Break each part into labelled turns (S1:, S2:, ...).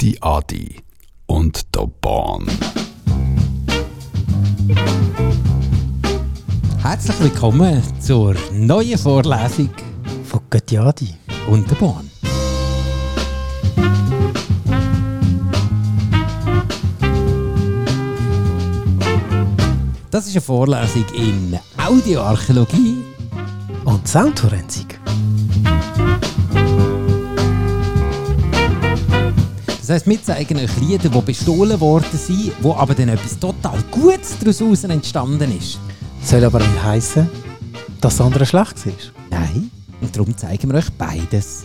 S1: die Adi und der Bahn.
S2: Herzlich willkommen zur neuen Vorlesung
S3: Von Göttiadi.
S2: und der Bahn. Das ist eine Vorlesung in Audioarchäologie.
S3: Und Soundforensik.
S2: Das heisst, wir zeigen euch Lieder, die bestohlen worden sind, wo aber dann etwas total Gutes daraus entstanden ist.
S3: Soll aber nicht heissen, dass das andere schlecht ist.
S2: Nein, und darum zeigen wir euch beides.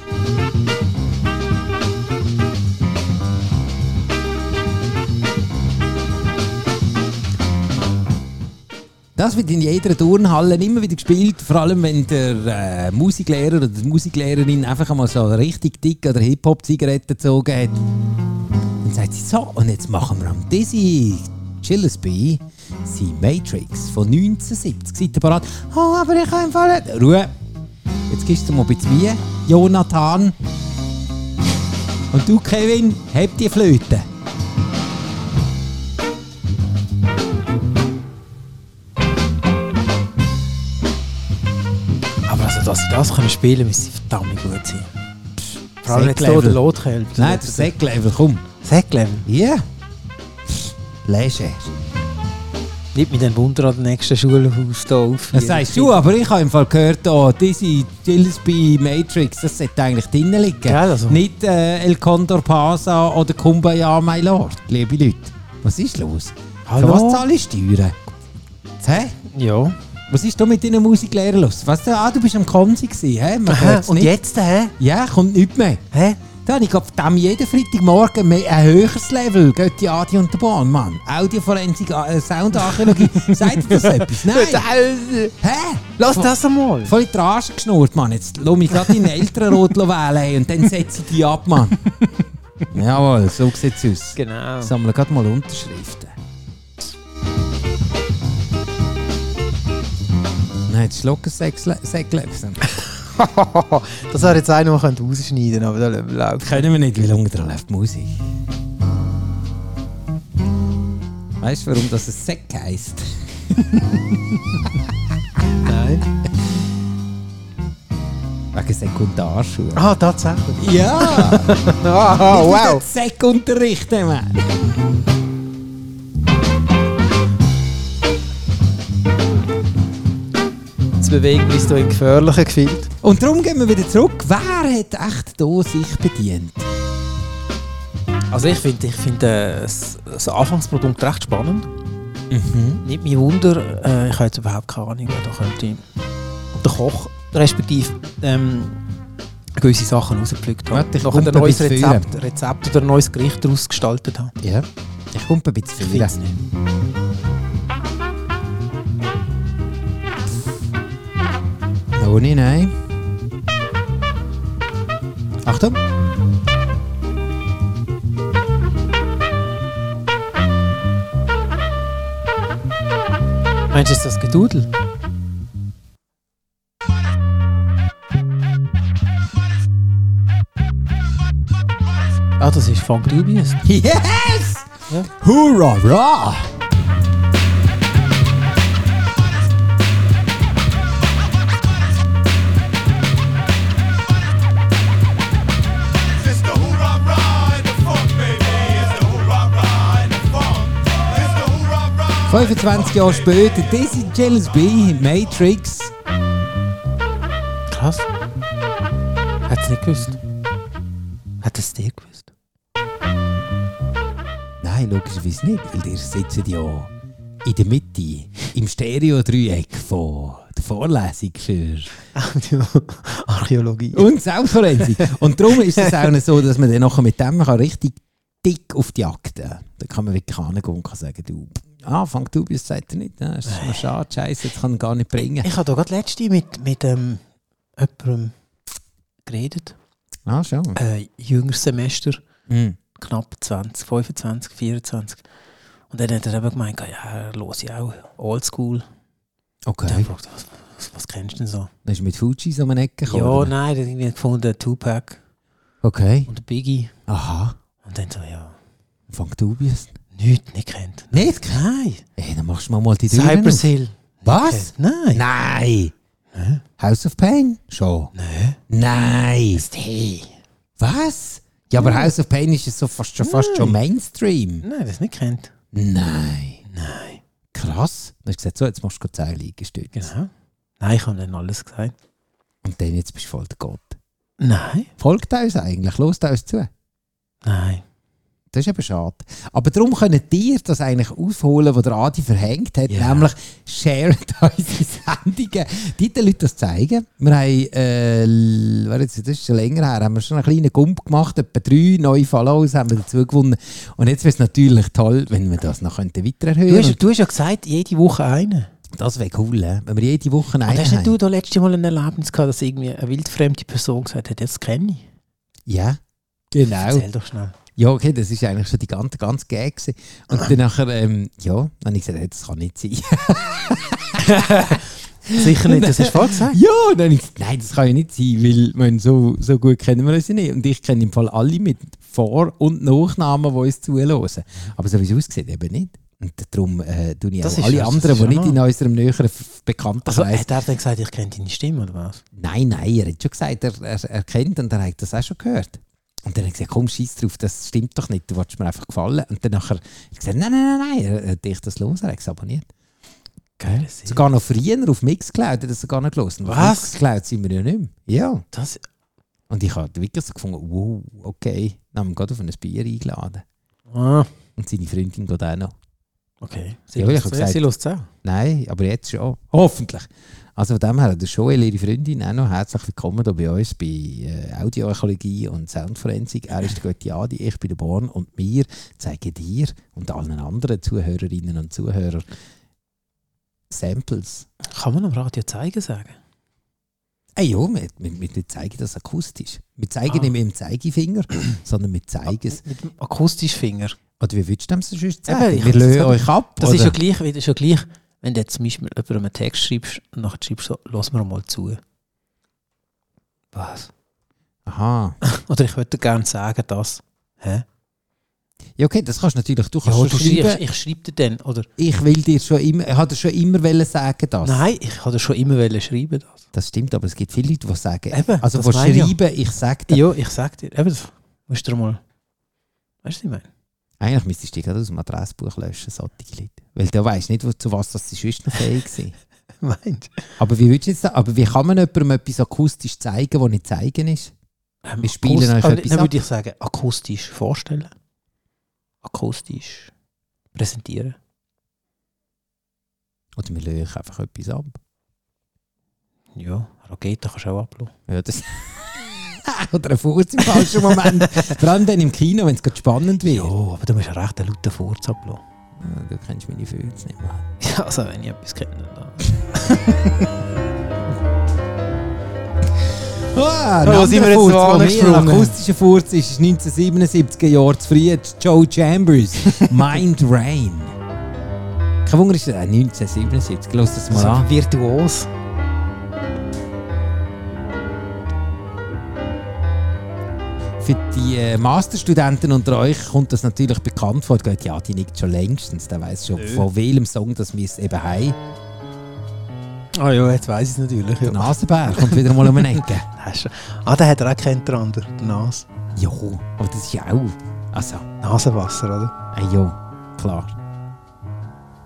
S2: Das wird in jeder Turnhalle immer wieder gespielt, vor allem wenn der äh, Musiklehrer oder die Musiklehrerin einfach einmal so richtig dick an der Hip-Hop-Zigarette gezogen hat. Dann sagt sie so, und jetzt machen wir am Dizzy Gillespie sein Matrix von 1970. Seid ihr bereit? Oh, aber ich kann im Fall nicht. Ruhe! Jetzt gibst du mal ein bisschen Mühe, Jonathan. Und du, Kevin, heb die Flöte.
S3: Aber also, dass sie das können spielen können, müsste verdammt gut sein. Vor allem jetzt hier
S2: Säcklevel.
S3: der Lotkelb.
S2: Nein, das Säcklevel, komm.
S3: Säcklevel.
S2: Ja. Yeah. Leger.
S3: Nicht mit den Wunder an der nächsten Schulhaus hier auf.
S2: Das sagst du, aber ich habe im Fall gehört, oh, diese Gillespie Matrix, das sollte eigentlich drinnen liegen.
S3: Gell, also.
S2: Nicht äh, El Condor Pasa oder Kumbaya My Lord, liebe Leute. Was ist los?
S3: Hallo?
S2: Für was zahle ich Steuern? Hä?
S3: Ja.
S2: Was ist da mit deinen Musiklehrern los? Weißt du, ah, du bist am Konsi gewesen, hä? Man
S3: Aha,
S2: hört's
S3: und
S2: nicht.
S3: jetzt, hä?
S2: Ja, kommt nichts mehr.
S3: Hä?
S2: Da habe ich glaub, dem jeden Freitagmorgen mehr ein höheres Level. Geht die Adi und der Bahn, Mann. Audioforensik, äh, Soundarchäologie. Sagt ihr das etwas? Nein. Hä?
S3: äh, Lass das einmal.
S2: Voll in die Arsch geschnurrt, Mann. Jetzt lass mich gerade deine Eltern rot wählen ey, und dann setze ich die ab, Mann. Jawohl, so sieht's aus.
S3: Genau.
S2: Sammeln gerade mal Unterschriften. Nein, jetzt schlucken Säckläpsen.
S3: das wäre jetzt einer, der ausschneiden könnte, aber da lassen wir laufen.
S2: Können wir nicht, weil unten läuft die Musik. Weißt du, warum das ein Säck heisst?
S3: Nein.
S2: Wegen Sekundarschuhe.
S3: Ah, tatsächlich.
S2: Ja!
S3: Ah,
S2: Ich will den Säck unterrichten, Mann!
S3: Jetzt bewegen wir uns hier in gefährlichen Gefilden.
S2: Und darum gehen wir wieder zurück. Wer hat echt hier sich bedient?
S3: Also ich finde ich find, äh, das, das Anfangsprodukt recht spannend. Nicht mein Wunder, äh, ich habe jetzt überhaupt keine Ahnung, wer da könnte der Koch respektive ähm, gewisse Sachen rausgepflückt haben.
S2: Warte, ich
S3: Nachher ein
S2: pumpe
S3: neues
S2: bis
S3: Rezept, Rezept oder ein neues Gericht daraus gestaltet haben.
S2: Ja. Ich komme ein bisschen
S3: Ich find's
S2: viel. Noch nicht, nein. Achtung!
S3: Meinst du, ist das Gedudel? Ah, das ist Funk Dubious.
S2: Yes!
S3: Ja.
S2: Hurra, hurra!
S4: It's the hoorah ride, the funk, baby. It's the hoorah ride, the funk. It's the hoorah ride.
S2: 25 Jahre später, Dizzy Gillespie, Matrix.
S3: Krass. Hat es nicht gewusst. Hat es dir gewusst?
S2: Nein, logischerweise nicht, weil ihr sitzt ja in der Mitte, im Stereo-Dreieck von der Vorlesung für
S3: Archäologie.
S2: und Selbstforensik. Und darum ist es auch nicht so, dass man dann nachher mit dem kann richtig dick auf die Akte. Da kann man wirklich hingehen und kann sagen, du, ah, fang du bis sagt er nicht. Das ist mir schade, scheiße, das kann ich gar nicht bringen.
S3: Ich habe da gerade letzte mit, mit ähm, jemandem geredet.
S2: Ah, schon.
S3: Äh, jüngeres Semester,
S2: Mhm.
S3: knapp 20, 25, 24. Und dann hat er eben gemeint, ja, er höre ich auch Oldschool. Und dann
S2: Okay.
S3: fragt er, was, was, was kennst du denn so?
S2: Dann ist mit Fujis um eine Ecke
S3: Ja, ne.
S2: gekommen.
S3: nein, dann habe ich gefunden, Tupac
S2: Okay.
S3: und Biggie.
S2: Aha.
S3: Und Und dann so, ja,
S2: Von Dubious.
S3: nichts nicht kennt.
S2: Nicht?
S3: Nein.
S2: Ey, dann machst du mal, mal die Tür
S3: Cypress Hill.
S2: Was?
S3: Kennt. Nein.
S2: Nein. House of Pain? Schon.
S3: Nein.
S2: Nein.
S3: Hey.
S2: Was? Ja,
S3: Hm.
S2: aber House of Pain ist ja so fast, schon, fast schon Mainstream.
S3: Nein, das nicht kennt.
S2: Nein.
S3: Nein.
S2: Krass. Dann hast du gesagt, so, jetzt musst du die Zähne eingestützt.
S3: Genau. Nein, ich habe dann alles gesagt.
S2: Und dann jetzt bist du voll der Gott.
S3: Nein.
S2: Folgt uns eigentlich, hört uns zu.
S3: Nein.
S2: Das ist eben schade. Aber darum können ihr das eigentlich aufholen, was der Adi verhängt hat,
S3: Ja.
S2: nämlich shared unsere Sendungen. Die den Leuten das zeigen. Wir haben, äh, l- warte jetzt, das ist schon länger her, haben wir schon einen kleinen Gump gemacht, etwa drei neue Follows haben wir dazu gewonnen. Und jetzt wäre es natürlich toll, wenn wir das noch könnten weiter erhöhen
S3: Du,
S2: könnten.
S3: hast, du hast ja gesagt, jede Woche einen.
S2: Das wäre cool, eh? wenn wir jede Woche einen
S3: Und Ah, hast nicht
S2: haben.
S3: du da letztes Mal ein Erlebnis gehabt, dass irgendwie eine wildfremde Person gesagt hat, jetzt kenne ich?
S2: Ja, genau.
S3: Erzähl doch schnell.
S2: Ja, okay, das ist eigentlich schon die ganze, ganz Gag. gewesen. Und dann nachher, ähm, ja, dann habe ich gesagt, hey, das kann nicht sein.
S3: Sicher nicht, das hast du vorher gesagt.
S2: ja, dann habe ich gesagt, nein, das kann ja nicht sein, weil man so, so gut kennen wir uns ja nicht. Und ich kenne im Fall alle mit Vor- und Nachnamen, die uns zuhören. Aber so wie es aussieht, eben nicht. Und darum äh, tue ich
S3: Das
S2: auch
S3: ist
S2: alle
S3: ja- das
S2: anderen,
S3: ist
S2: die
S3: ja
S2: nicht in unserem näheren F-
S3: Also,
S2: Bekanntenkreis
S3: hat er dann gesagt, ich kenne deine Stimme oder was?
S2: Nein, nein, er hat schon gesagt, er, er, er kennt und er hat das auch schon gehört. Und dann hat er gesagt, komm, scheiß drauf, das stimmt doch nicht, du willst mir einfach gefallen. Und dann nachher hat er gesagt, nein, nein, nein, nein, er hat dich das los, er hat es abonniert.
S3: Geil.
S2: Sogar noch früher auf Mixcloud hat er das sogar noch gelesen. Auf
S3: Was?
S2: Mixcloud sind wir ja nicht mehr. Ja.
S3: Das,
S2: Und ich habe wirklich so gefunden, wow, okay, dann haben wir gerade auf ein Bier eingeladen.
S3: ah,
S2: Und seine Freundin geht auch noch.
S3: okay. Sie
S2: Ja, weil ich habe gesagt-
S3: sie lässt es auch.
S2: Nein, aber jetzt schon. Hoffentlich. Also von dem her, der Joel, ihre Freundin, auch noch herzlich willkommen hier bei uns bei äh, Audioarchäologie und Soundforensik. Er ist der gute Adi, ich bin der Born und wir zeigen dir und allen anderen Zuhörerinnen und Zuhörern Samples.
S3: Kann man am Radio zeigen sagen?
S2: Ey, ja, wir, wir, wir zeigen das akustisch. Wir zeigen
S3: Ah.
S2: nicht mit dem Zeigefinger, sondern wir zeigen es.
S3: Mit dem akustischen Finger.
S2: Oder wie würdest du das sonst
S3: Eben,
S2: sagen? Wir
S3: ich hab's jetzt
S2: lösen
S3: gerade-
S2: euch ab.
S3: Das ist
S2: oder?
S3: ja gleich, wie- das ist ja gleich, wenn du jetzt zum Beispiel jemandem einen Text schreibst und nachher schreibst du so, lass mir mal zu. Was?
S2: Aha.
S3: Oder ich würde gerne sagen, das. Hä?
S2: Ja, okay, das kannst du natürlich. Du
S3: Ja,
S2: kannst
S3: du
S2: schon
S3: schreibst,
S2: schreiben.
S3: ich, ich schreibe dir dann, oder?
S2: Ich will dir schon immer, ich hatte schon immer wollen sagen das.
S3: Nein, ich habe das schon immer wollen schreiben das.
S2: Das stimmt, aber es gibt viele Leute, die sagen,
S3: Eben,
S2: also
S3: das
S2: die
S3: meine ich ja.
S2: schreiben, ich sage dir.
S3: Ja, ich sag dir, eben, das musst du dir mal. Weißt du, was ich meine?
S2: Eigentlich müsstest du die gerade aus dem Adressbuch löschen, solche Leute. Weil du weißt nicht, wo- zu was das sie sonst noch fähig sind.
S3: Meint?
S2: aber, wie würdest du jetzt, da- aber wie kann man jemandem etwas akustisch zeigen, was nicht zeigen ist?
S3: Ähm,
S2: Wir spielen
S3: akust-
S2: euch
S3: Ah,
S2: etwas
S3: Dann
S2: ab.
S3: würde ich sagen, akustisch vorstellen. Akustisch präsentieren.
S2: Oder wir lösen einfach etwas ab.
S3: Ja, Rakete kannst du auch ablassen.
S2: Ja, das Oder ein Furz im falschen Moment. Vor allem dann im Kino, wenn es gerade spannend wird.
S3: Ja, aber du musst ja recht einen lauten Furz ablassen.
S2: Ah, Du kennst meine Furz nicht mehr.
S3: Ja, also wenn ich etwas kenne, dann...
S2: Ah,
S3: Oh,
S2: ein
S3: sind
S2: anderer
S3: wir jetzt
S2: Furz, wo
S3: so
S2: mir
S3: angesprungen?
S2: ein akustischer Furz ist, ist 1977 er Jahr zu früh. Joe Chambers, Mind Rain. Kein Wunder, ist das auch 1977. Lass das mal an.
S3: virtuos.
S2: Für die äh, Masterstudenten unter euch kommt das natürlich bekannt vor. Geht, ja, die nickt schon längstens. Der weiß schon, von welchem Song das wir es eben haben.
S3: Ah ja, jetzt weiss ich es natürlich.
S2: Der Nasenbär kommt wieder mal um den Ecke.
S3: Hast du- Ah, den hat er auch kennt, der andere. Die Nase.
S2: Ja, aber das ist ja auch. Also,
S3: Nasenwasser, oder?
S2: äh, ja, klar.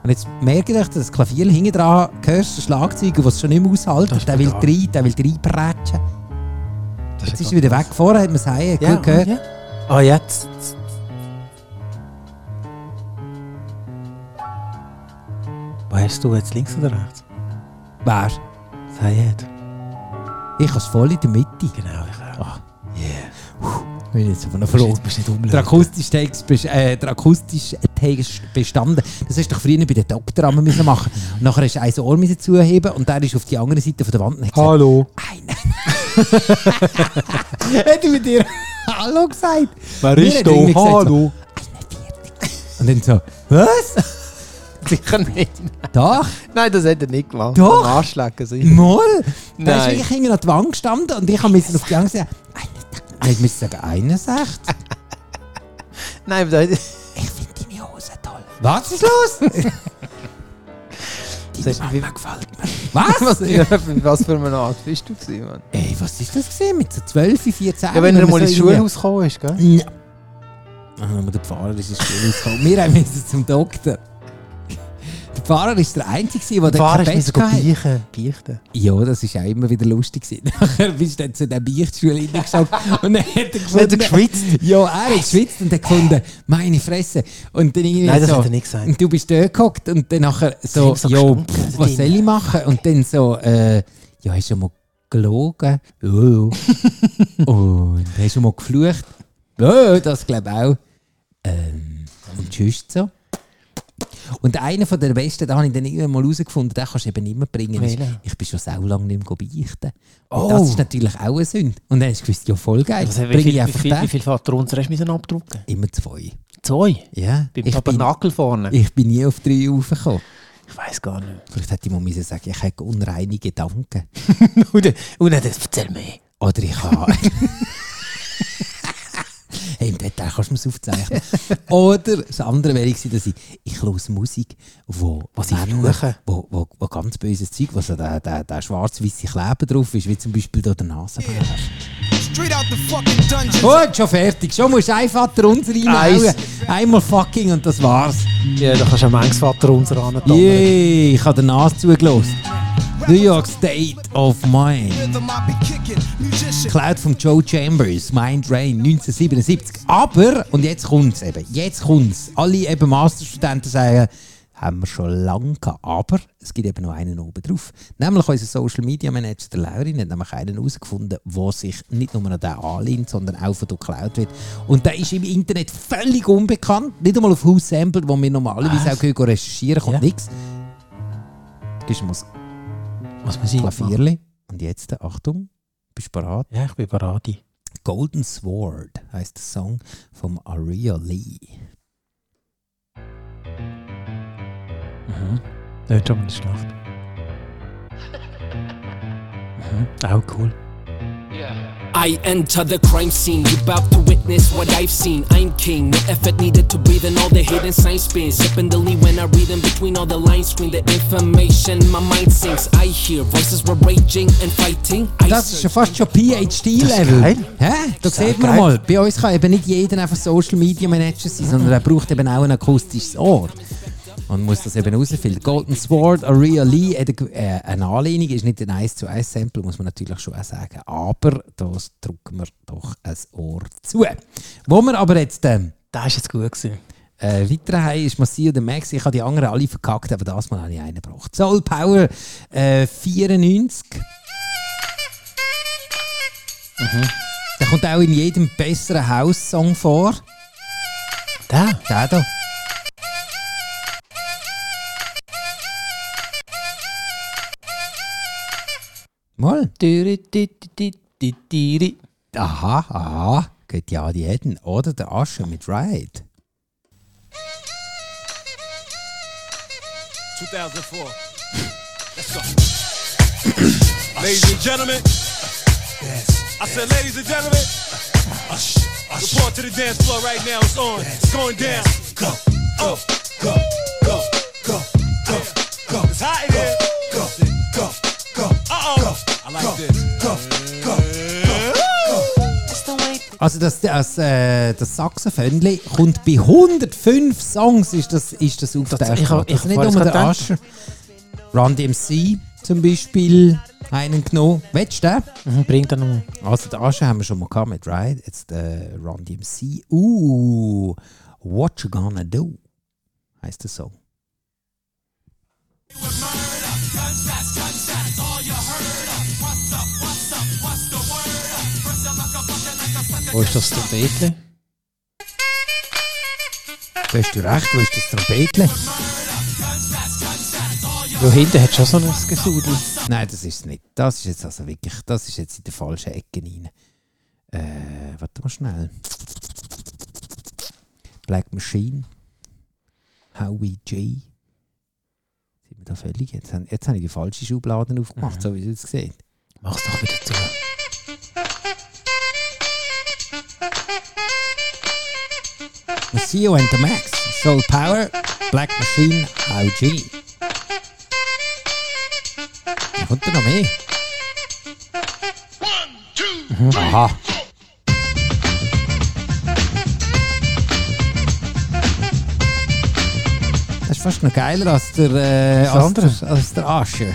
S2: Und jetzt merkt ihr euch, dass das Klavier hinten dran hörst, der Schlagzeuger, was es schon nicht mehr
S3: Das
S2: aushalten.
S3: ist
S2: Der will
S3: brutal.
S2: rein, der will reinprätschen.
S3: Das
S2: Jetzt ist er wieder weg. Vorher hat man es heim, gut
S3: Ja,
S2: gehört.
S3: ja. Ah, jetzt. Weißt du jetzt links oder rechts?
S2: Wer?
S3: Sei jetzt.
S2: Ich habe es voll in der Mitte.
S3: Genau, ich auch.
S2: Ah,
S3: Yeah.
S2: ich bin jetzt aber noch
S3: Bro,
S2: froh.
S3: jetzt musst du nicht umlegen.
S2: Der akustische Text, best- äh, der akustische Text bestanden. Das hast du doch früher bei den Doktorarmen müssen machen. Und nachher hast du ein Ohr müssen zuheben und der ist auf die andere Seite von der Wand und hat gesagt,
S3: Hallo.
S2: hat er mit dir Hallo gesagt?
S3: Wer
S2: Mir hat irgendwie gesagt, so, Und dann so, was?
S3: Sicher nicht.
S2: Doch,
S3: Nein, das hätte er nicht gemacht.
S2: Doch.
S3: Am Anschlagen sein.
S2: moll. Da ist
S3: Nein.
S2: wirklich hinten an die Wand gestanden und ich habe müssen auf die Angst sagen, 61. Nein, ich muss sagen, 61.
S3: Nein, aber da,
S2: Ich finde deine Hose toll. Was ist los?
S3: Das ist-
S2: Mama gefällt mir. Was?
S3: was, ja, was für eine Art bist du gewesen, Mann?
S2: Ey, was ist das gewesen? Mit so 12, 14?
S3: Ja, wenn er mal ins
S2: Schule
S3: Schulhaus Ah, gekommen ist, gell?
S2: Ja. Ach, nur der Pfarrer ist ins Schulhaus gekommen. Wir haben müssen zum Doktor. Der Pfarrer war der Einzige, der
S3: Der Fahrer
S2: kein
S3: ist
S2: Bett
S3: mit so
S2: hatte.
S3: Beichen, Beichten.
S2: Ja, das war auch immer wieder lustig. gewesen. Nachher bist du dann zu dieser Beichtschule hineingeschaut und dann hat er
S3: Hat er
S2: gefunden...
S3: geschwitzt?
S2: Ja, er hat geschwitzt und hat gefunden, meine Fresse. Und dann irgendwie
S3: Nein, das
S2: so,
S3: hat er nicht gesagt.
S2: Und du bist dort gehockt und dann nachher so,
S3: hat so
S2: ja,
S3: gestunken
S2: pff,
S3: da
S2: was
S3: drin.
S2: soll ich machen? Und dann so, äh, ja, hast du schon mal gelogen? Ja,
S3: Oh.
S2: ja. und hast du schon mal geflucht? Ja, ja, das glaube ich auch. Ähm, und tschüss so. Und einer von der besten, da habe ich dann irgendwann mal herausgefunden, den kannst du eben nicht mehr bringen. Ist,
S3: Welcher?
S2: ich bin schon sau lange nicht mehr beichten.
S3: Oh.
S2: Und das ist natürlich auch eine Sünde. Und dann hast du gewusst, ja voll geil,
S3: Also, wie,
S2: bringe
S3: viel,
S2: ich
S3: wie,
S2: einfach
S3: viel, wie
S2: den.
S3: viel Vater unser hast du müssen abdrucken?
S2: Immer zwei.
S3: Zwei.
S2: Ja,
S3: Beim
S2: ich bin,
S3: Tabernakel vorne. Ich,
S2: ich bin nie auf drei raufgekommen.
S3: weiß gar nicht.
S2: Vielleicht hätte ich mal müssen sagen, ich habe unreine Gedanken.
S3: Und, dann- und dann, das erzähl mir.
S2: Oder ich habe. hey, Im Detail kannst du es aufzeichnen. Oder das andere wäre, gewesen, dass ich, ich höre Musik, wo,
S3: Was
S2: Männer-
S3: fluchen.
S2: wo, wo, wo ganz böses Zeug, was so der, der, der schwarz-weiße Kleber drauf ist, wie zum Beispiel hier der Nasenbär.
S4: Straight out the fucking dungeon.
S2: Gut, schon fertig. Schon musst du ein Vater uns reinhauen.
S3: Eins.
S2: Einmal fucking und das war's.
S3: Ja, da kannst du auch manches Vater unser antappen.
S2: Yay, ich habe der Nase zugelassen. New York State of Mind.
S4: Rhythm I be kicking. Musician.
S2: Cloud von Joe Chambers, Mind Rain 1977. Aber, und jetzt kommt es eben, jetzt kommt es. Alle eben Masterstudenten sagen, haben wir schon lange gehabt. Aber es gibt eben noch einen oben drauf. Nämlich unser Social Media Manager, der Laurin, hat nämlich einen herausgefunden, der sich nicht nur an den anlehnt, sondern auch von der Cloud wird. Und der ist im Internet völlig unbekannt. Nicht einmal auf House Sample, wo wir normalerweise auch gehen recherchieren, kommt
S3: Ja.
S2: nichts. Gibst du mal das
S3: Was muss ich machen?
S2: Klavierli. Und jetzt, Achtung, bist du bereit?
S3: Ja, ich bin bereit.
S2: Golden Sword heißt der Song vom Aria Lee.
S3: Mhm. Nicht schon mal eine Schlacht. mhm. Auch cool.
S5: I enter the crime scene, you about to witness what I've seen. I'm king, no effort needed to breathe in all the hidden signs spin. Sipping the lean when I read in between all the lines, screen the information, my mind sinks. I hear voices were raging and fighting. I
S2: Das ist ja
S5: search-
S2: fast schon PhD-Level.
S3: Das ist geil.
S2: Hä? Da sieht
S3: geil.
S2: man mal, bei uns kann eben nicht jeder einfach Social Media Manager sein, sondern er braucht eben auch ein akustisches Ohr. Und muss das eben herausfinden. Golden Sword, Aria Lee, hat eine gew- äh, eine Anlehnung, ist nicht ein 1 zu 1 Sample, muss man natürlich schon auch sagen. Aber das drücken wir doch ein Ohr zu. Wo wir aber jetzt... Ähm,
S3: Das war jetzt gut. Gewesen.
S2: Äh, weiter haben ist Massio der Max. Ich habe die anderen alle verkackt, aber das Mal habe ich einen gebracht. Soul Power äh, 94. Mhm. Mhm. Der kommt auch in jedem besseren House-Song vor.
S3: Der?
S2: Der da. Mal.
S3: Diri, di, di, di, di, diri.
S2: Aha, aha. Geht ja die hätten. Oder der Asche mit Ride.
S4: 2004. Let's go. ladies and gentlemen. I said, ladies and gentlemen. Report to the dance floor right now. It's on. It's going down. Go, go, go, go, go, go, go. It's hot in here. Go, go, go. Uh oh. I like this. Go, go, go, go.
S2: Also das, das, äh, das Saxophönli kommt bei 105 Songs ist das, ist das aufgetaucht.
S3: ich hab- ich
S2: also
S3: hab
S2: nicht
S3: vorhin
S2: nur der
S3: gerade
S2: Ascher. Run DMC zum Beispiel einen genommen. Willst du den?
S3: Mhm, bring den nochmal.
S2: Also den Ascher haben wir schon mal gehabt mit Ride. Jetzt äh, Run DMC. Uh, What You Gonna Do heißt der Song.
S3: Wo ist das Trompetli?
S2: Da hast du recht, wo ist das Trompetli?
S3: Ja, hinten hat schon so ein Gesudel.
S2: Nein, das ist es nicht. Das ist jetzt also wirklich, das ist jetzt in der falschen Ecke rein. Äh, warte mal schnell. Black Machine. Howie J. Sind wir da völlig? Jetzt, haben- jetzt habe ich die falsche Schublade aufgemacht, so wie ihr es seht.
S3: Mach's doch wieder zu.
S2: Maceo and the Max, Soul Power, Black Machine, OG. Da kommt da noch mehr. Aha. Das ist fast noch geiler als der, äh,
S3: Das
S2: als
S3: andere.
S2: der, als der Asche.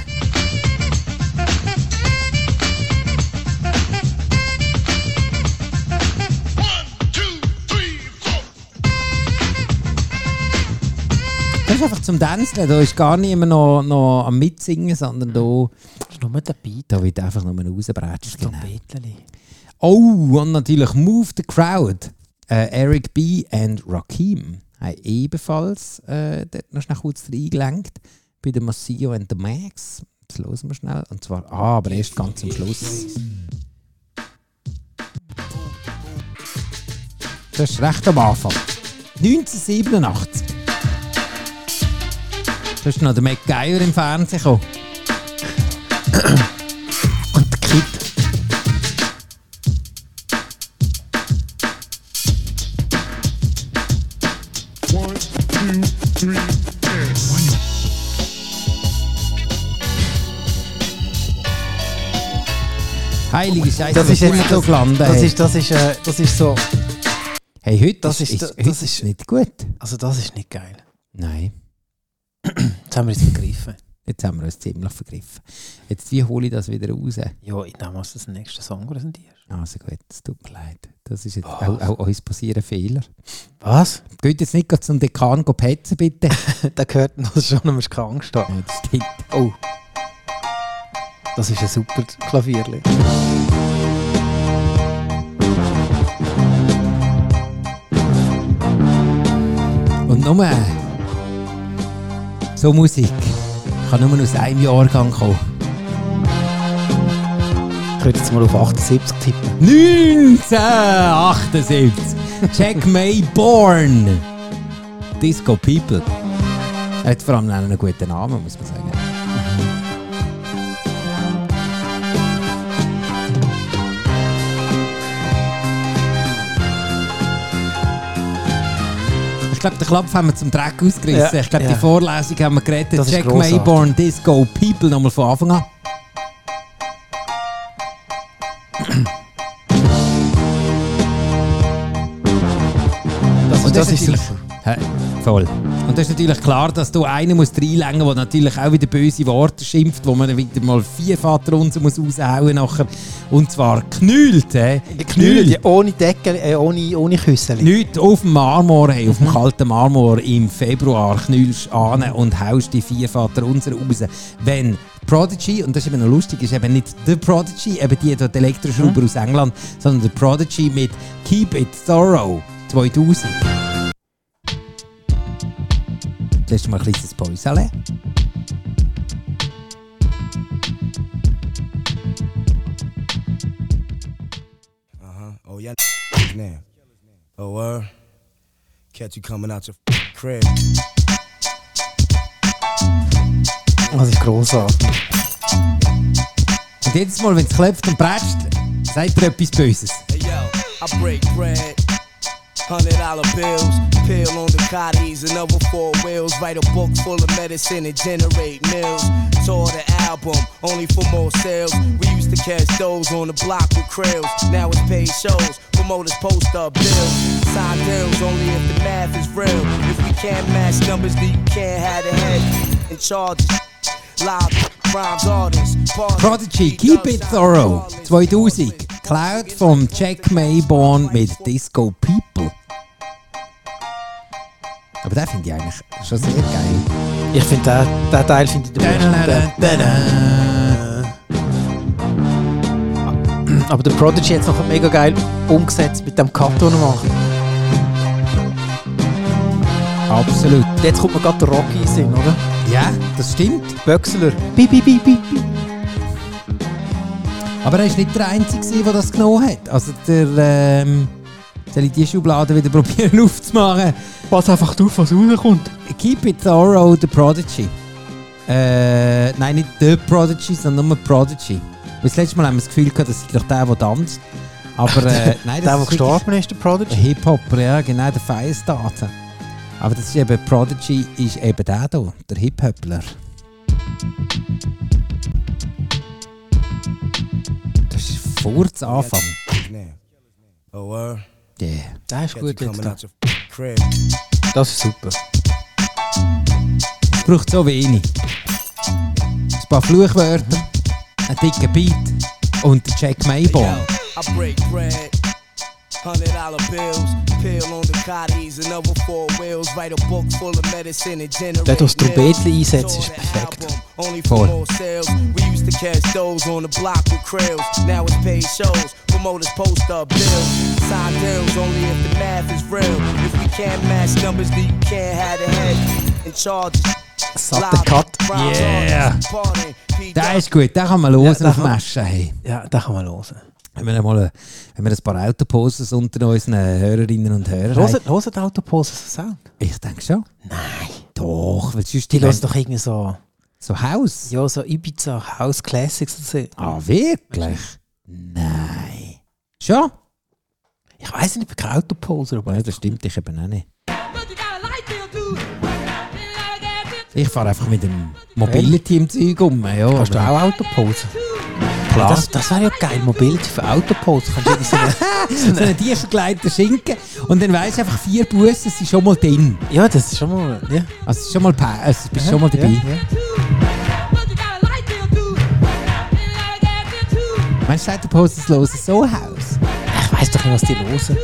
S2: Das ist einfach zum Tänzeln. Da ist gar niemand noch, noch am Mitsingen, sondern da,
S3: Das ist nur der Beat.
S2: da wird einfach nur rausbrätscht.
S3: So ein Beetchen.
S2: Oh, und natürlich Move the Crowd. Äh, Eric B. und Rakim haben ebenfalls äh, dort noch schnell kurz reingelenkt. Bei der Masio and the Max. Das hören wir schnell. Und zwar, ah, aber erst ganz am Schluss. Das ist recht am Anfang. 1987. Da ist noch der MacGyver im Fernsehen gekommen.
S3: Und der Kid.
S2: Heilige Scheiße,
S3: Das
S2: wo
S3: ist jetzt
S2: so gelandet.
S3: Das
S2: hey.
S3: ist, das ist, äh, das ist so.
S2: Hey, heute
S3: Das
S2: ist,
S3: ist-
S2: ist,
S3: das
S2: heute
S3: ist-
S2: ist nicht gut.
S3: Also das ist nicht geil.
S2: Nein,
S3: Jetzt haben wir es begriffen.
S2: jetzt haben wir uns ziemlich vergriffen. Jetzt wie hole ich das wieder raus.
S3: Ja, ich nehme als das nächste Song präsentierst.
S2: Also gut, es tut mir leid. Das ist jetzt
S3: Was?
S2: auch, auch uns passieren Fehler.
S3: Was?
S2: Geht jetzt nicht grad zum Dekan go petzen, bitte.
S3: da gehört noch schon, du musst keine Angst haben.
S2: ja, das stimmt.
S3: Oh. Das ist ein super Klavierli.
S2: Und nur so Musik kann nur aus einem Jahrgang kommen.
S3: Ich könnte jetzt mal auf 78 tippen.
S2: 1978. Jack May Born. Disco People. Er hat vor allem auch noch einen guten Namen, muss man sagen. Ich glaube, den Klapf haben wir zum Dreck ausgerissen.
S3: Ja,
S2: ich glaube,
S3: ja.
S2: die Vorlesung haben wir geredet.
S3: Das ist
S2: Jack
S3: grossartig.
S2: Mayborn, Disco People, nochmal von Anfang an.
S3: Das,
S2: Und das, ist
S3: natürlich-
S2: super. Hä? Voll. Und das ist natürlich klar, dass du einen musst reinlängen musst, der natürlich auch wieder böse Worte schimpft, wo man wieder mal vierfach drunter muss raushauen nachher. Und zwar knüllt, hä?
S3: Knüllen, die ohne Deckel, äh, ohne, ohne Küsseli.
S2: Nicht auf dem Marmor, hey, auf dem kalten Marmor im Februar knüllst an und haust die Viervater unser raus. Wenn Prodigy, und das ist eben noch lustig, ist eben nicht The Prodigy, eben die, die Elektroschrauber aus England, sondern The Prodigy mit Keep It Thorough 2000. Das ist mal ein kleines Päusele.
S6: Oh, yeah, now. Oh, word. Catch you coming out your crib.
S3: Das ist grossartig.
S2: Und jedes Mal, wenn es klopft und prätscht, sagt er etwas Böses.
S6: Hey, yo, I break bread. Hundred dollar bills, pill on the cotties, another four wheels. Write a book full of medicine and generate meals. Tore the album, only for more sales. We used to catch those on the block with krills. Now it's paid shows, promoters post up bills. Side deals only if the math is real. If we can't match numbers, then you can't have the head and charges. Loud rhymes artists. parties,
S2: Prodigy, Keep It Thorough 2000. Cloud vom Jack Mayborn mit Disco People. Aber den finde ich eigentlich schon sehr geil.
S3: Ich finde, den, den Teil finde ich den besten. Ah. Aber der Prodigy hat es noch mega geil umgesetzt mit dem Cut, den er macht.
S2: Absolut.
S3: Und jetzt kommt mir gerade der Rocky in den Sinn, oder?
S2: Ja, das stimmt.
S3: Böxler. Bi, bi, bi, bi, bi.
S2: Aber er war nicht der Einzige, gewesen, der das genommen hat. Also der... Ähm, soll ich die Schublade wieder probieren aufzumachen?
S3: Pass einfach auf, was rauskommt.
S2: Keep It Thorough, The Prodigy. Äh, nein, nicht The Prodigy, sondern nur Prodigy. Weil das letzte Mal haben wir das Gefühl gehabt, das sei doch der, der tanzt. Aber äh, nein,
S3: Der,
S2: das
S3: der
S2: ist wirklich
S3: gestorben ist, der Prodigy.
S2: Hip-Hop, ja genau, der Feierstaten. Aber das ist eben, Prodigy ist eben der hier, der Hip-Hopler. Das ist vor dem Anfang.
S6: Oh, word.
S2: Yeah.
S3: Der ist gut jetzt
S6: Catch you coming
S3: da.
S6: out your crib.
S3: Das ist super.
S2: Es braucht so wenig. Ein paar Fluchwörter, einen dicken Beat und der Jack Maybon.
S6: Yo, I break bread. Hundred dollar bills, pill on the cotties, another four wheels, write a book full of medicine and generate
S3: Wenn du das
S6: meals.
S3: Trompetli einsetzt, ist
S6: Tour the
S3: perfekt.
S6: album, only
S2: Voll.
S6: for more sales. We used to catch those on the block with krills. Now it's paid shows, promoters post up bills. Side deals only if the math is real. If we can't match numbers, then you can't have the head in charge.
S3: Satte Cut.
S2: Yeah. Der ist gut, den kann man
S3: Ja,
S2: hören
S3: den
S2: auf
S3: kann man-
S2: Messen. Hey.
S3: Ja, den kann man hören.
S2: Wenn wir mal wenn wir ein paar Autoposes unter unseren Hörerinnen und Hörern haben.
S3: Hört hört die Autoposes Sound?
S2: Ich denke schon.
S3: Nein.
S2: Doch, weil sonst
S3: Die
S2: die
S3: hören
S2: ganze
S3: doch irgendwie so,
S2: so Haus.
S3: ja, so Ibiza House Classics und so.
S2: Ah, wirklich? Nein. Schon?
S3: Ich weiß nicht, ob ich Autoposer aber
S2: Nein, das stimmt, ich eben auch nicht.
S7: But you got a light bill too.
S2: Ich fahre einfach mit dem Mobility im Zeug um. Ja,
S3: Kannst du
S2: aber-
S3: auch Autoposen?
S2: Klar.
S3: Das, das wäre ja geil, Mobility für Autoposen. Kannst du irgendwie so eine, so
S2: so
S3: eine,
S2: einen tiefgeleiteten Schinken und dann weisst du einfach, vier Bussen sind schon mal drin.
S3: ja, das ist schon mal, ja.
S2: Also es ist schon mal, pa- also, du bist schon mal dabei.
S3: Ja, ja.
S7: But you got a light bill too.
S2: Meinst du, sagt der Post, es los so Haus?
S3: Ich weiß doch nicht, was die hören.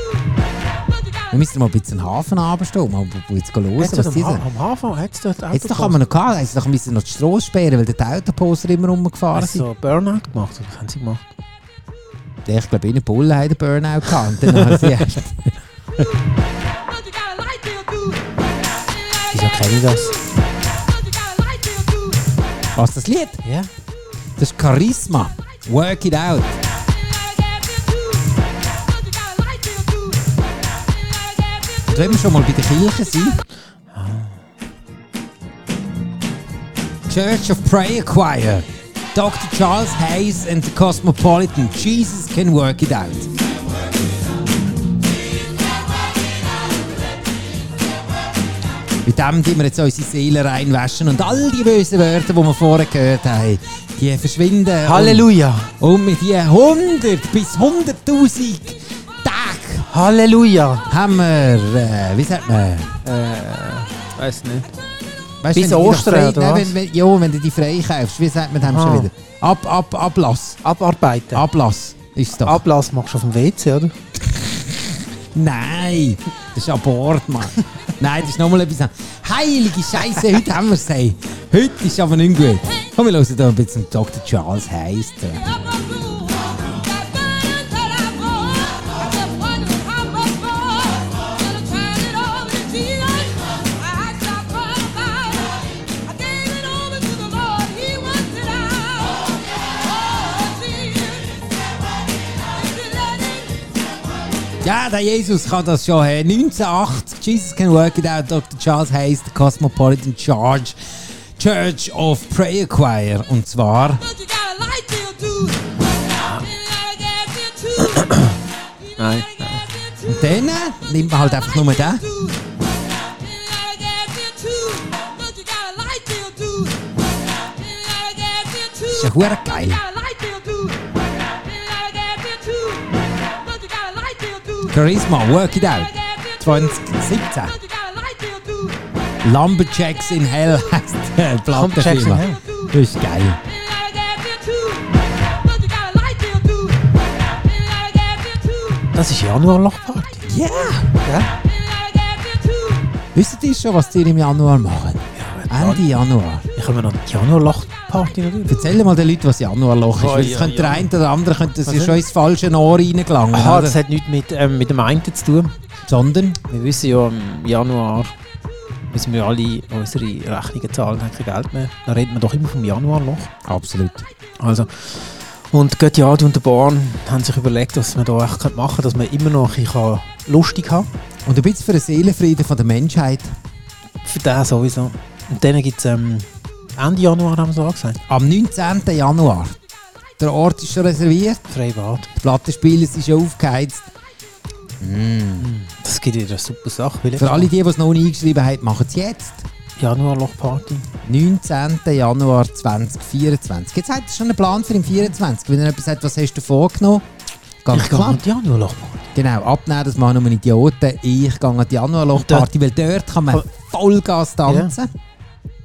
S2: Wir müssen mal ein bisschen den Hafen abstimmen, aber wo jetzt gehen los,
S3: Jetzt
S2: was die
S3: am,
S2: sagen.
S3: am Anfang hat es dort Autoposen.
S2: Jetzt doch haben wir noch gehabt, jetzt doch müssen wir noch die Straße sperren, weil dort die Autoposter immer rumgefahren
S3: Hast du
S2: sind.
S3: so Burnout gemacht? Oder was haben sie gemacht?
S2: Ja, Ich glaube, innen Bullen haben den Burnout gehabt. Und dann haben sie erst...
S3: Wieso kenne ich das?
S2: Was, das Lied?
S3: Ja.
S2: Das ist Charisma. Work it out. Und wenn wir schon mal bei der Kirche Ah. sind... Church of Prayer Choir. Dr. Charles Hayes and the Cosmopolitan. Jesus can work it out. Mit dem tun wir jetzt unsere Seelen reinwaschen und all die bösen Wörter, die wir vorher gehört haben, die verschwinden.
S3: Halleluja!
S2: Und, und mit diesen 100 bis 100.000 Tagen
S3: Halleluja!
S2: haben wir, äh, wie sagt man,
S3: Weiß nicht.
S2: Weißt,
S3: Bis
S2: wenn du dich
S3: Ostern,
S2: frei,
S3: oder
S2: nein,
S3: was?
S2: wenn, wenn, ja, wenn du die frei kaufst, wie sagt man das
S3: Ah.
S2: schon wieder? Ab, ab, Ablass.
S3: Abarbeiten.
S2: Ablass ist doch.
S3: Ablass machst du auf dem WC, oder?
S2: Nein, das ist Abort, Mann. nein, das ist nochmal etwas anderes. Heilige Scheiße, heute haben wir es. Heute ist aber nicht gut. Komm, wir hören da ein bisschen Dr. Charles äh. Hayes. zu. Ja, der Jesus kann das schon. Hey. 1980, Jesus can work it out, Dr. Charles Hayes, der Cosmopolitan Church, Church of Prayer Choir. Und zwar...
S7: Nein.
S2: Und dann äh, nimmt man halt einfach nur den. Ist ja hure geil. Charisma, work it out. 2017. Lumberjacks in Hell heißt der
S3: Lumberjacks in
S2: Plattenfirma.
S3: Hell.
S2: Das ist geil.
S3: Das ist Januarlochparty.
S2: Ja!
S3: Ja?
S2: Wisst ihr schon, was die im Januar machen? Ende Januar.
S3: Ich habe mir noch die Januarlochparty natürlich.
S2: Erzähl mal den Leuten, was Januarloch ist.
S3: Oh,
S2: weil es
S3: ja,
S2: könnte
S3: ja.
S2: der eine oder andere könnte das
S3: Was
S2: ja
S3: ist?
S2: schon ins falsche Ohr reingelangen.
S3: Aha,
S2: oder?
S3: das hat nichts mit, ähm, mit dem einen zu tun.
S2: Sondern,
S3: Wir wissen ja, im Januar müssen wir alle unsere Rechnungen zahlen, haben kein Geld mehr. Da reden wir doch immer vom Januarloch.
S2: absolut.
S3: Also, und Göttiadi und der Bahn haben sich überlegt, was man da echt machen kann, dass man immer noch ein bisschen lustig haben
S2: Und ein bisschen für den Seelenfrieden von der Menschheit.
S3: kann. Für den sowieso. Und dann gibt es ähm, Ende Januar, haben wir so gesagt.
S2: Am 19. Januar Der Ort ist schon reserviert.
S3: Freibad.
S2: Das Plattenspiel es ist schon aufgeheizt.
S3: Das gibt wieder eine super Sache. weil
S2: Für alle, die, die es noch nicht eingeschrieben haben, machen es jetzt.
S3: Januarlochparty.
S2: 19. Januar 2024. Jetzt habt ihr schon einen Plan für den 24. Wenn ihr etwas sagt, was hast du vorgenommen? Ganz
S3: Ich gehe
S2: klar.
S3: an die Januarlochparty.
S2: Genau, abnehmen, das machen nur Idioten. Ich gehe an die Januarlochparty, weil dort kann man
S3: Aber-
S2: Vollgas tanzen.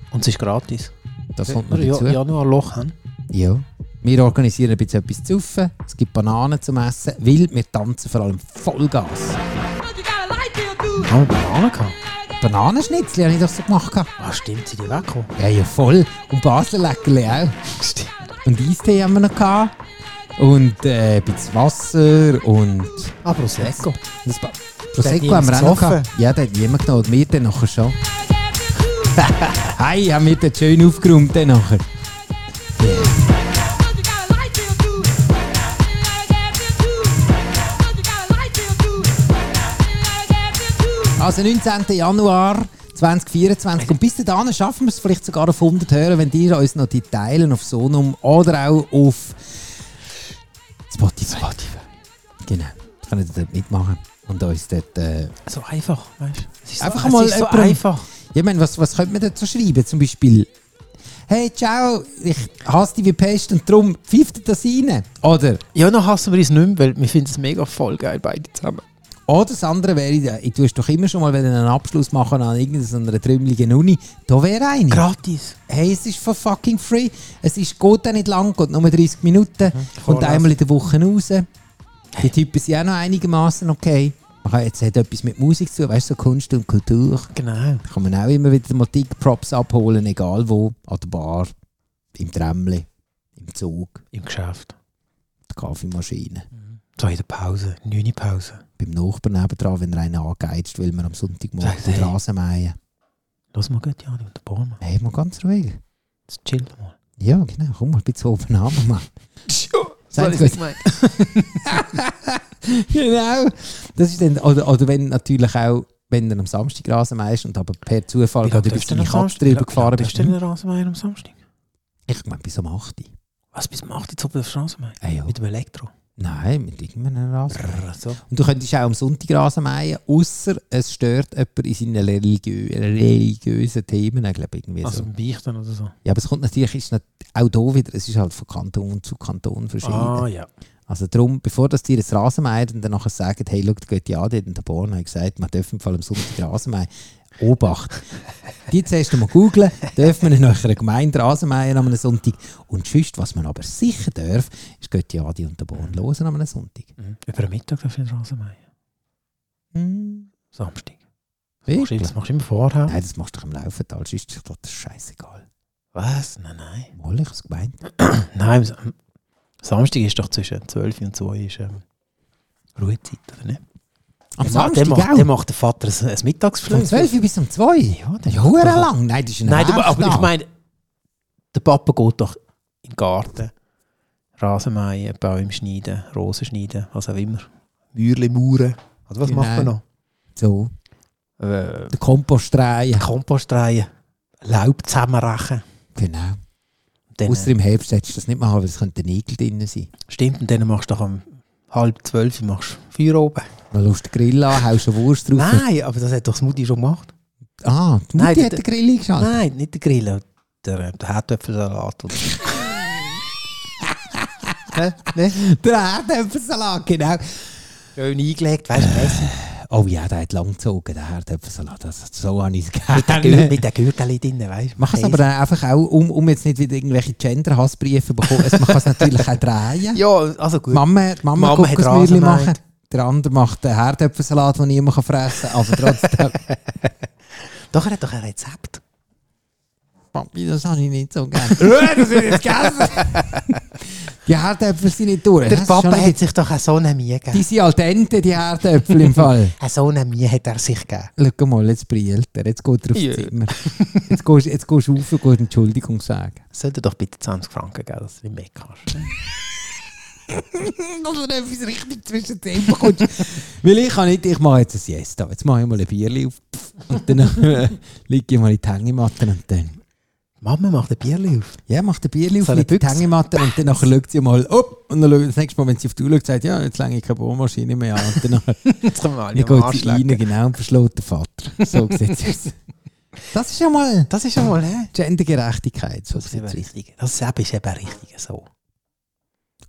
S3: Und es ist gratis.
S2: Das kommt noch
S3: Wenn wir
S2: dazu.
S3: Ja, Januarloch haben.
S2: Ja. Wir organisieren ein bisschen etwas zu saufen. Es gibt Bananen zum Essen, weil wir tanzen vor allem Vollgas.
S7: But you gotta light bill, dude.
S3: Haben wir Bananen gehabt?
S2: Bananenschnitzel habe ich doch so gemacht. gehabt.
S3: Ah, stimmt, sind die weggekommen.
S2: Ja, ja, voll. Und Basler Leckerli auch.
S3: Stimmt.
S2: Und Eistee haben wir noch gehabt. Und äh, ein bisschen Wasser und...
S3: Ah, Prosecco.
S2: Das ba
S3: hat
S2: Prosecco
S3: niemand
S2: haben wir auch noch
S3: gesoffen.
S2: gehabt. Ja, den hat niemand genommen. Und Wir dann nachher schon. hey, haben wir den schön aufgeräumt dann nachher.
S7: But you gotta light bill, dude. But you gotta light bill, dude.
S2: Also 19. Januar 2024. Und bis dahin schaffen wir es vielleicht sogar auf 100 hören, wenn ihr uns noch die teilen auf Sonum oder auch auf Spotify. Genau. Das könnt ihr dort mitmachen. Und uns dort... Äh,
S3: So einfach, weißt du? Es ist
S2: Einfach
S3: so,
S2: mal
S3: es ist so
S2: jemandem-
S3: einfach.
S2: Ja, ich meine, was, was könnte man dazu schreiben? Zum Beispiel, hey, ciao, ich hasse dich wie Pest und darum pfeift das rein. Oder,
S3: Ja, dann hassen wir es nicht mehr, weil wir finden es mega voll geil, beide zusammen.
S2: oder das andere wäre, ja, ich tue doch immer schon mal wollen einen Abschluss machen an irgendeiner trümmeligen Uni. Da wäre eine.
S3: Gratis.
S2: hey, es ist for fucking free. Es ist, geht auch nicht lang, geht nur 30 Minuten. und
S3: Vorlesen.
S2: einmal in der Woche raus. Die Typen sind auch noch einigermaßen okay. Man kann, jetzt hat etwas mit Musik zu tun, weißt du, so Kunst und Kultur.
S3: Genau.
S2: kann man auch immer wieder mal dick Props abholen, egal wo. An der Bar, im Tremli, im Zug,
S3: Im Geschäft.
S2: der Kaffeemaschine,
S3: So in der Pause. Neune Pause.
S2: beim Nachbarn nebendran, wenn er einen angeizt, weil wir am Sonntagmorgen
S3: Sag,
S2: den
S3: hey.
S2: Rasen mähen.
S3: Lass mal gut, Jani, und der Bäume.
S2: Hey, mal ganz ruhig.
S3: Jetzt chillen wir mal.
S2: Ja, genau, komm mal ein bisschen oben an, Mann.
S3: Soll
S2: Seid
S3: ich
S2: gut.
S3: nicht meinen?
S2: genau. Das ist dann, oder, oder wenn natürlich auch, wenn er am Samstag Rasen mähst und aber per Zufall
S3: Wie lange
S2: gerade über
S3: darfst du denn
S2: seine
S3: am
S2: Katze
S3: Samstag?
S2: drüber gefahren
S3: bist.
S2: bist.
S3: du denn Rasenmäher am Samstag?
S2: Ich meine, bis um 8 Uhr.
S3: Was, bis um 8 Uhr darfst du Rasenmäher?
S2: Ah, ja.
S3: Mit dem Elektro. Also
S2: Nein, mit irgendeinem Rasen.
S3: So.
S2: Und du könntest auch am Sonntag Rasen mähen, außer es stört jemand in seinen religiö religiösen Themen, ich glaube irgendwie so.
S3: Also ein Beichten oder so.
S2: Ja, aber es kommt natürlich, ist nicht, auch da wieder, es ist halt von Kanton zu Kanton verschieden.
S3: Ah, ja.
S2: Also darum, bevor das dir ein Rasen mäht und dann nachher sagen, hey, schau, der geht ja, die hat in der Born hat gesagt, man darf im Fall am Sonntag Rasen mähen. Obacht. Die zuerst mal googeln, darf man in einer Gemeinde Rasen mähen am Sonntag. Und sonst, was man aber sicher darf, ist geht ja, die und der Born losen am Sonntag.
S3: Mhm. Über den Mittag darfst du nicht Rasenmäher. Mhm.
S2: Hm,
S3: Samstag.
S2: wirklich?
S3: Das machst du immer vorher.
S2: Nein, das machst du doch im Laufental, sonst ist dir das scheißegal.
S3: Was? Nein, nein.
S2: Mal, ich habe es gemeint.
S3: Nein, am Sam- am Samstag ist doch zwischen 12 und 2 ist, ähm, Ruhezeit, oder nicht?
S2: Am
S3: Der Ma-
S2: Samstag
S3: der macht,
S2: auch?
S3: der macht der Vater ein, ein Mittagsflug.
S2: Von 12 Uhr bis um 2 Ja, das ist lang. Nein, das ist ein
S3: Nein, du, aber
S2: Werktag.
S3: ich meine, der Papa geht doch in den Garten, Rasenmähen, Bäume schneiden, Rosen schneiden, was auch immer. Mühle mauern. Also was
S2: Genau.
S3: macht man noch?
S2: So,
S3: Äh,
S2: den Kompost drehen.
S3: Kompost drehen, Laub zusammenrechen.
S2: Genau.
S3: Dann,
S2: Außer im Herbst hättest du das nicht machen, weil es könnte Nägel drin sein.
S3: stimmt, und dann machst du doch um halb zwölf machst du Feuer oben.
S2: Dann lässt du den Grill an, haust eine Wurst drauf.
S3: Nein, aber das hat doch das Mutti schon gemacht.
S2: Ah, die Mutti
S3: Nein,
S2: hat
S3: der-
S2: den Grill eingeschaltet.
S3: Nein, nicht der Grill, der, äh, der Herdöpfelsalat. oder- Hä? Ne?
S2: Der Herdöpfelsalat, genau.
S3: Schön eingelegt, weißt du, Messi.
S2: Oh ja, der hat lang gezogen, der Herdöpfelsalat. Das, so habe ich es
S3: Mit der Gür-
S2: gerne.
S3: mit der Gürtel drin, weißt du.
S2: Man kann es
S3: Käse.
S2: aber dann einfach auch, um, um jetzt nicht wieder irgendwelche Gender-Hassbriefe zu bekommen, also man kann es natürlich auch drehen.
S3: Ja, also gut.
S2: Die Mama, die Mama,
S3: Mama
S2: Mama
S3: hat
S2: Kokosmürli
S3: Rasen
S2: machen.
S3: gemeint.
S2: Der andere macht einen Herdöpfelsalat, den niemand kann fressen kann. Aber trotzdem,
S3: Doch, er hat doch ein Rezept.
S2: Papi, das habe ich nicht so gerne. Äh, das ist jetzt gegessen. die Herdöpfel sind nicht durch.
S3: Der
S2: Das ist
S3: Papa
S2: schon
S3: hat
S2: nicht-
S3: sich doch eine Sonne Mühe
S2: Eh, Die
S3: gegeben.
S2: sind al dente, die Herdöpfel im Fall.
S3: Eine Sonne Mühe hat er sich gegeben.
S2: Schau mal, jetzt brillt er. Jetzt geht er aufs
S3: Ja.
S2: Zimmer. Jetzt gehst du jetzt gehst du rauf und gehst Entschuldigung sagen.
S3: Sollte doch bitte 20 Franken geben, dass du nicht mehr kannst.
S2: Dass du
S3: Also,
S2: etwas richtig zwischen den Zähnen bekommst. Weil ich kann nicht, ich mache jetzt ein Siesta. Jetzt mache ich mal ein Bierli auf. Pff. Und dann äh, liege ich mal in die Hängematte und dann...
S3: Mama macht ein Bierli auf.
S2: Ja, macht ein Bierli auf,
S3: So eine
S2: liegt die
S3: Büchse.
S2: Hängematte und dann schaut sie mal ab. Und dann schaut, das nächste Mal, wenn sie auf die Uhr schaut, sagt ja, jetzt länge ich keine Bohrmaschine mehr an. Und dann
S3: Jetzt können
S2: dann
S3: wir
S2: geht sie rein, genau, und verschlägt den Vater. So sieht es aus. Das ist ja mal
S3: Das ist schon mal, hä?
S2: Gendergerechtigkeit, so
S3: Das ist
S2: sieht
S3: eben
S2: es aus.
S3: richtig. Das eben ist eben richtig so.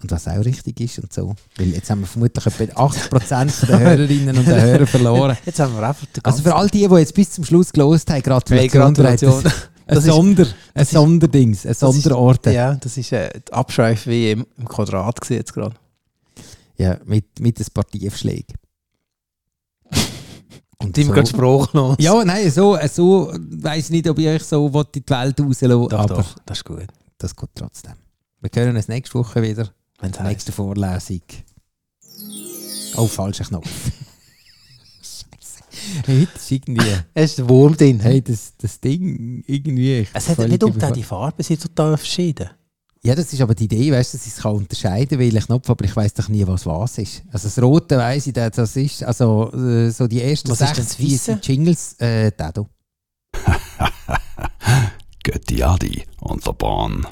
S2: Und was auch richtig ist und so. Weil jetzt haben wir vermutlich etwa 80% der Hörerinnen und der Hörer verloren.
S3: Jetzt haben wir einfach den
S2: Also
S3: ganzen...
S2: für all die, die jetzt bis zum Schluss gelost haben,
S3: Hey,
S2: Gratulation.
S3: Gratulation.
S2: Das, ein,
S3: Das ist-
S2: Sonder, ein Sonderdings, ein
S3: ist-
S2: Sonderorte. Ja,
S3: ja, das ist äh, die Abschreif wie im, im Quadrat gewesen jetzt gerade.
S2: mit, mit ein paar Tiefschlägen. Und
S3: Sind wir gerade sprachlos?
S2: Ja, nein, so, so weiß nicht, ob ich euch so will, in die Welt rauslassen
S3: Doch,
S2: aber
S3: doch, das ist gut.
S2: das geht trotzdem. Wir hören uns nächste Woche wieder,
S3: Wenn's heisst.
S2: nächste Vorlesung. Oh, falscher Knopf. Scheiße. Hey, Heute ist irgendwie,
S3: Es ist der Wurm drin.
S2: hey, das, das Ding irgendwie... ich-
S3: Es hat
S2: völlig
S3: nicht um
S2: überfahren.
S3: die Farbe, sie sind total verschieden.
S2: Ja, das ist aber die Idee, weißt du, dass ich es kann unterscheiden welcher Knopf, aber ich weiß doch nie, was was ist. Also das Rote weiss ich, dass das ist, also äh, so die ersten
S3: Was ist denn das
S2: die
S3: Weisse?
S2: sind Jingles, äh, der da.
S1: Götti Adi und der Bahn.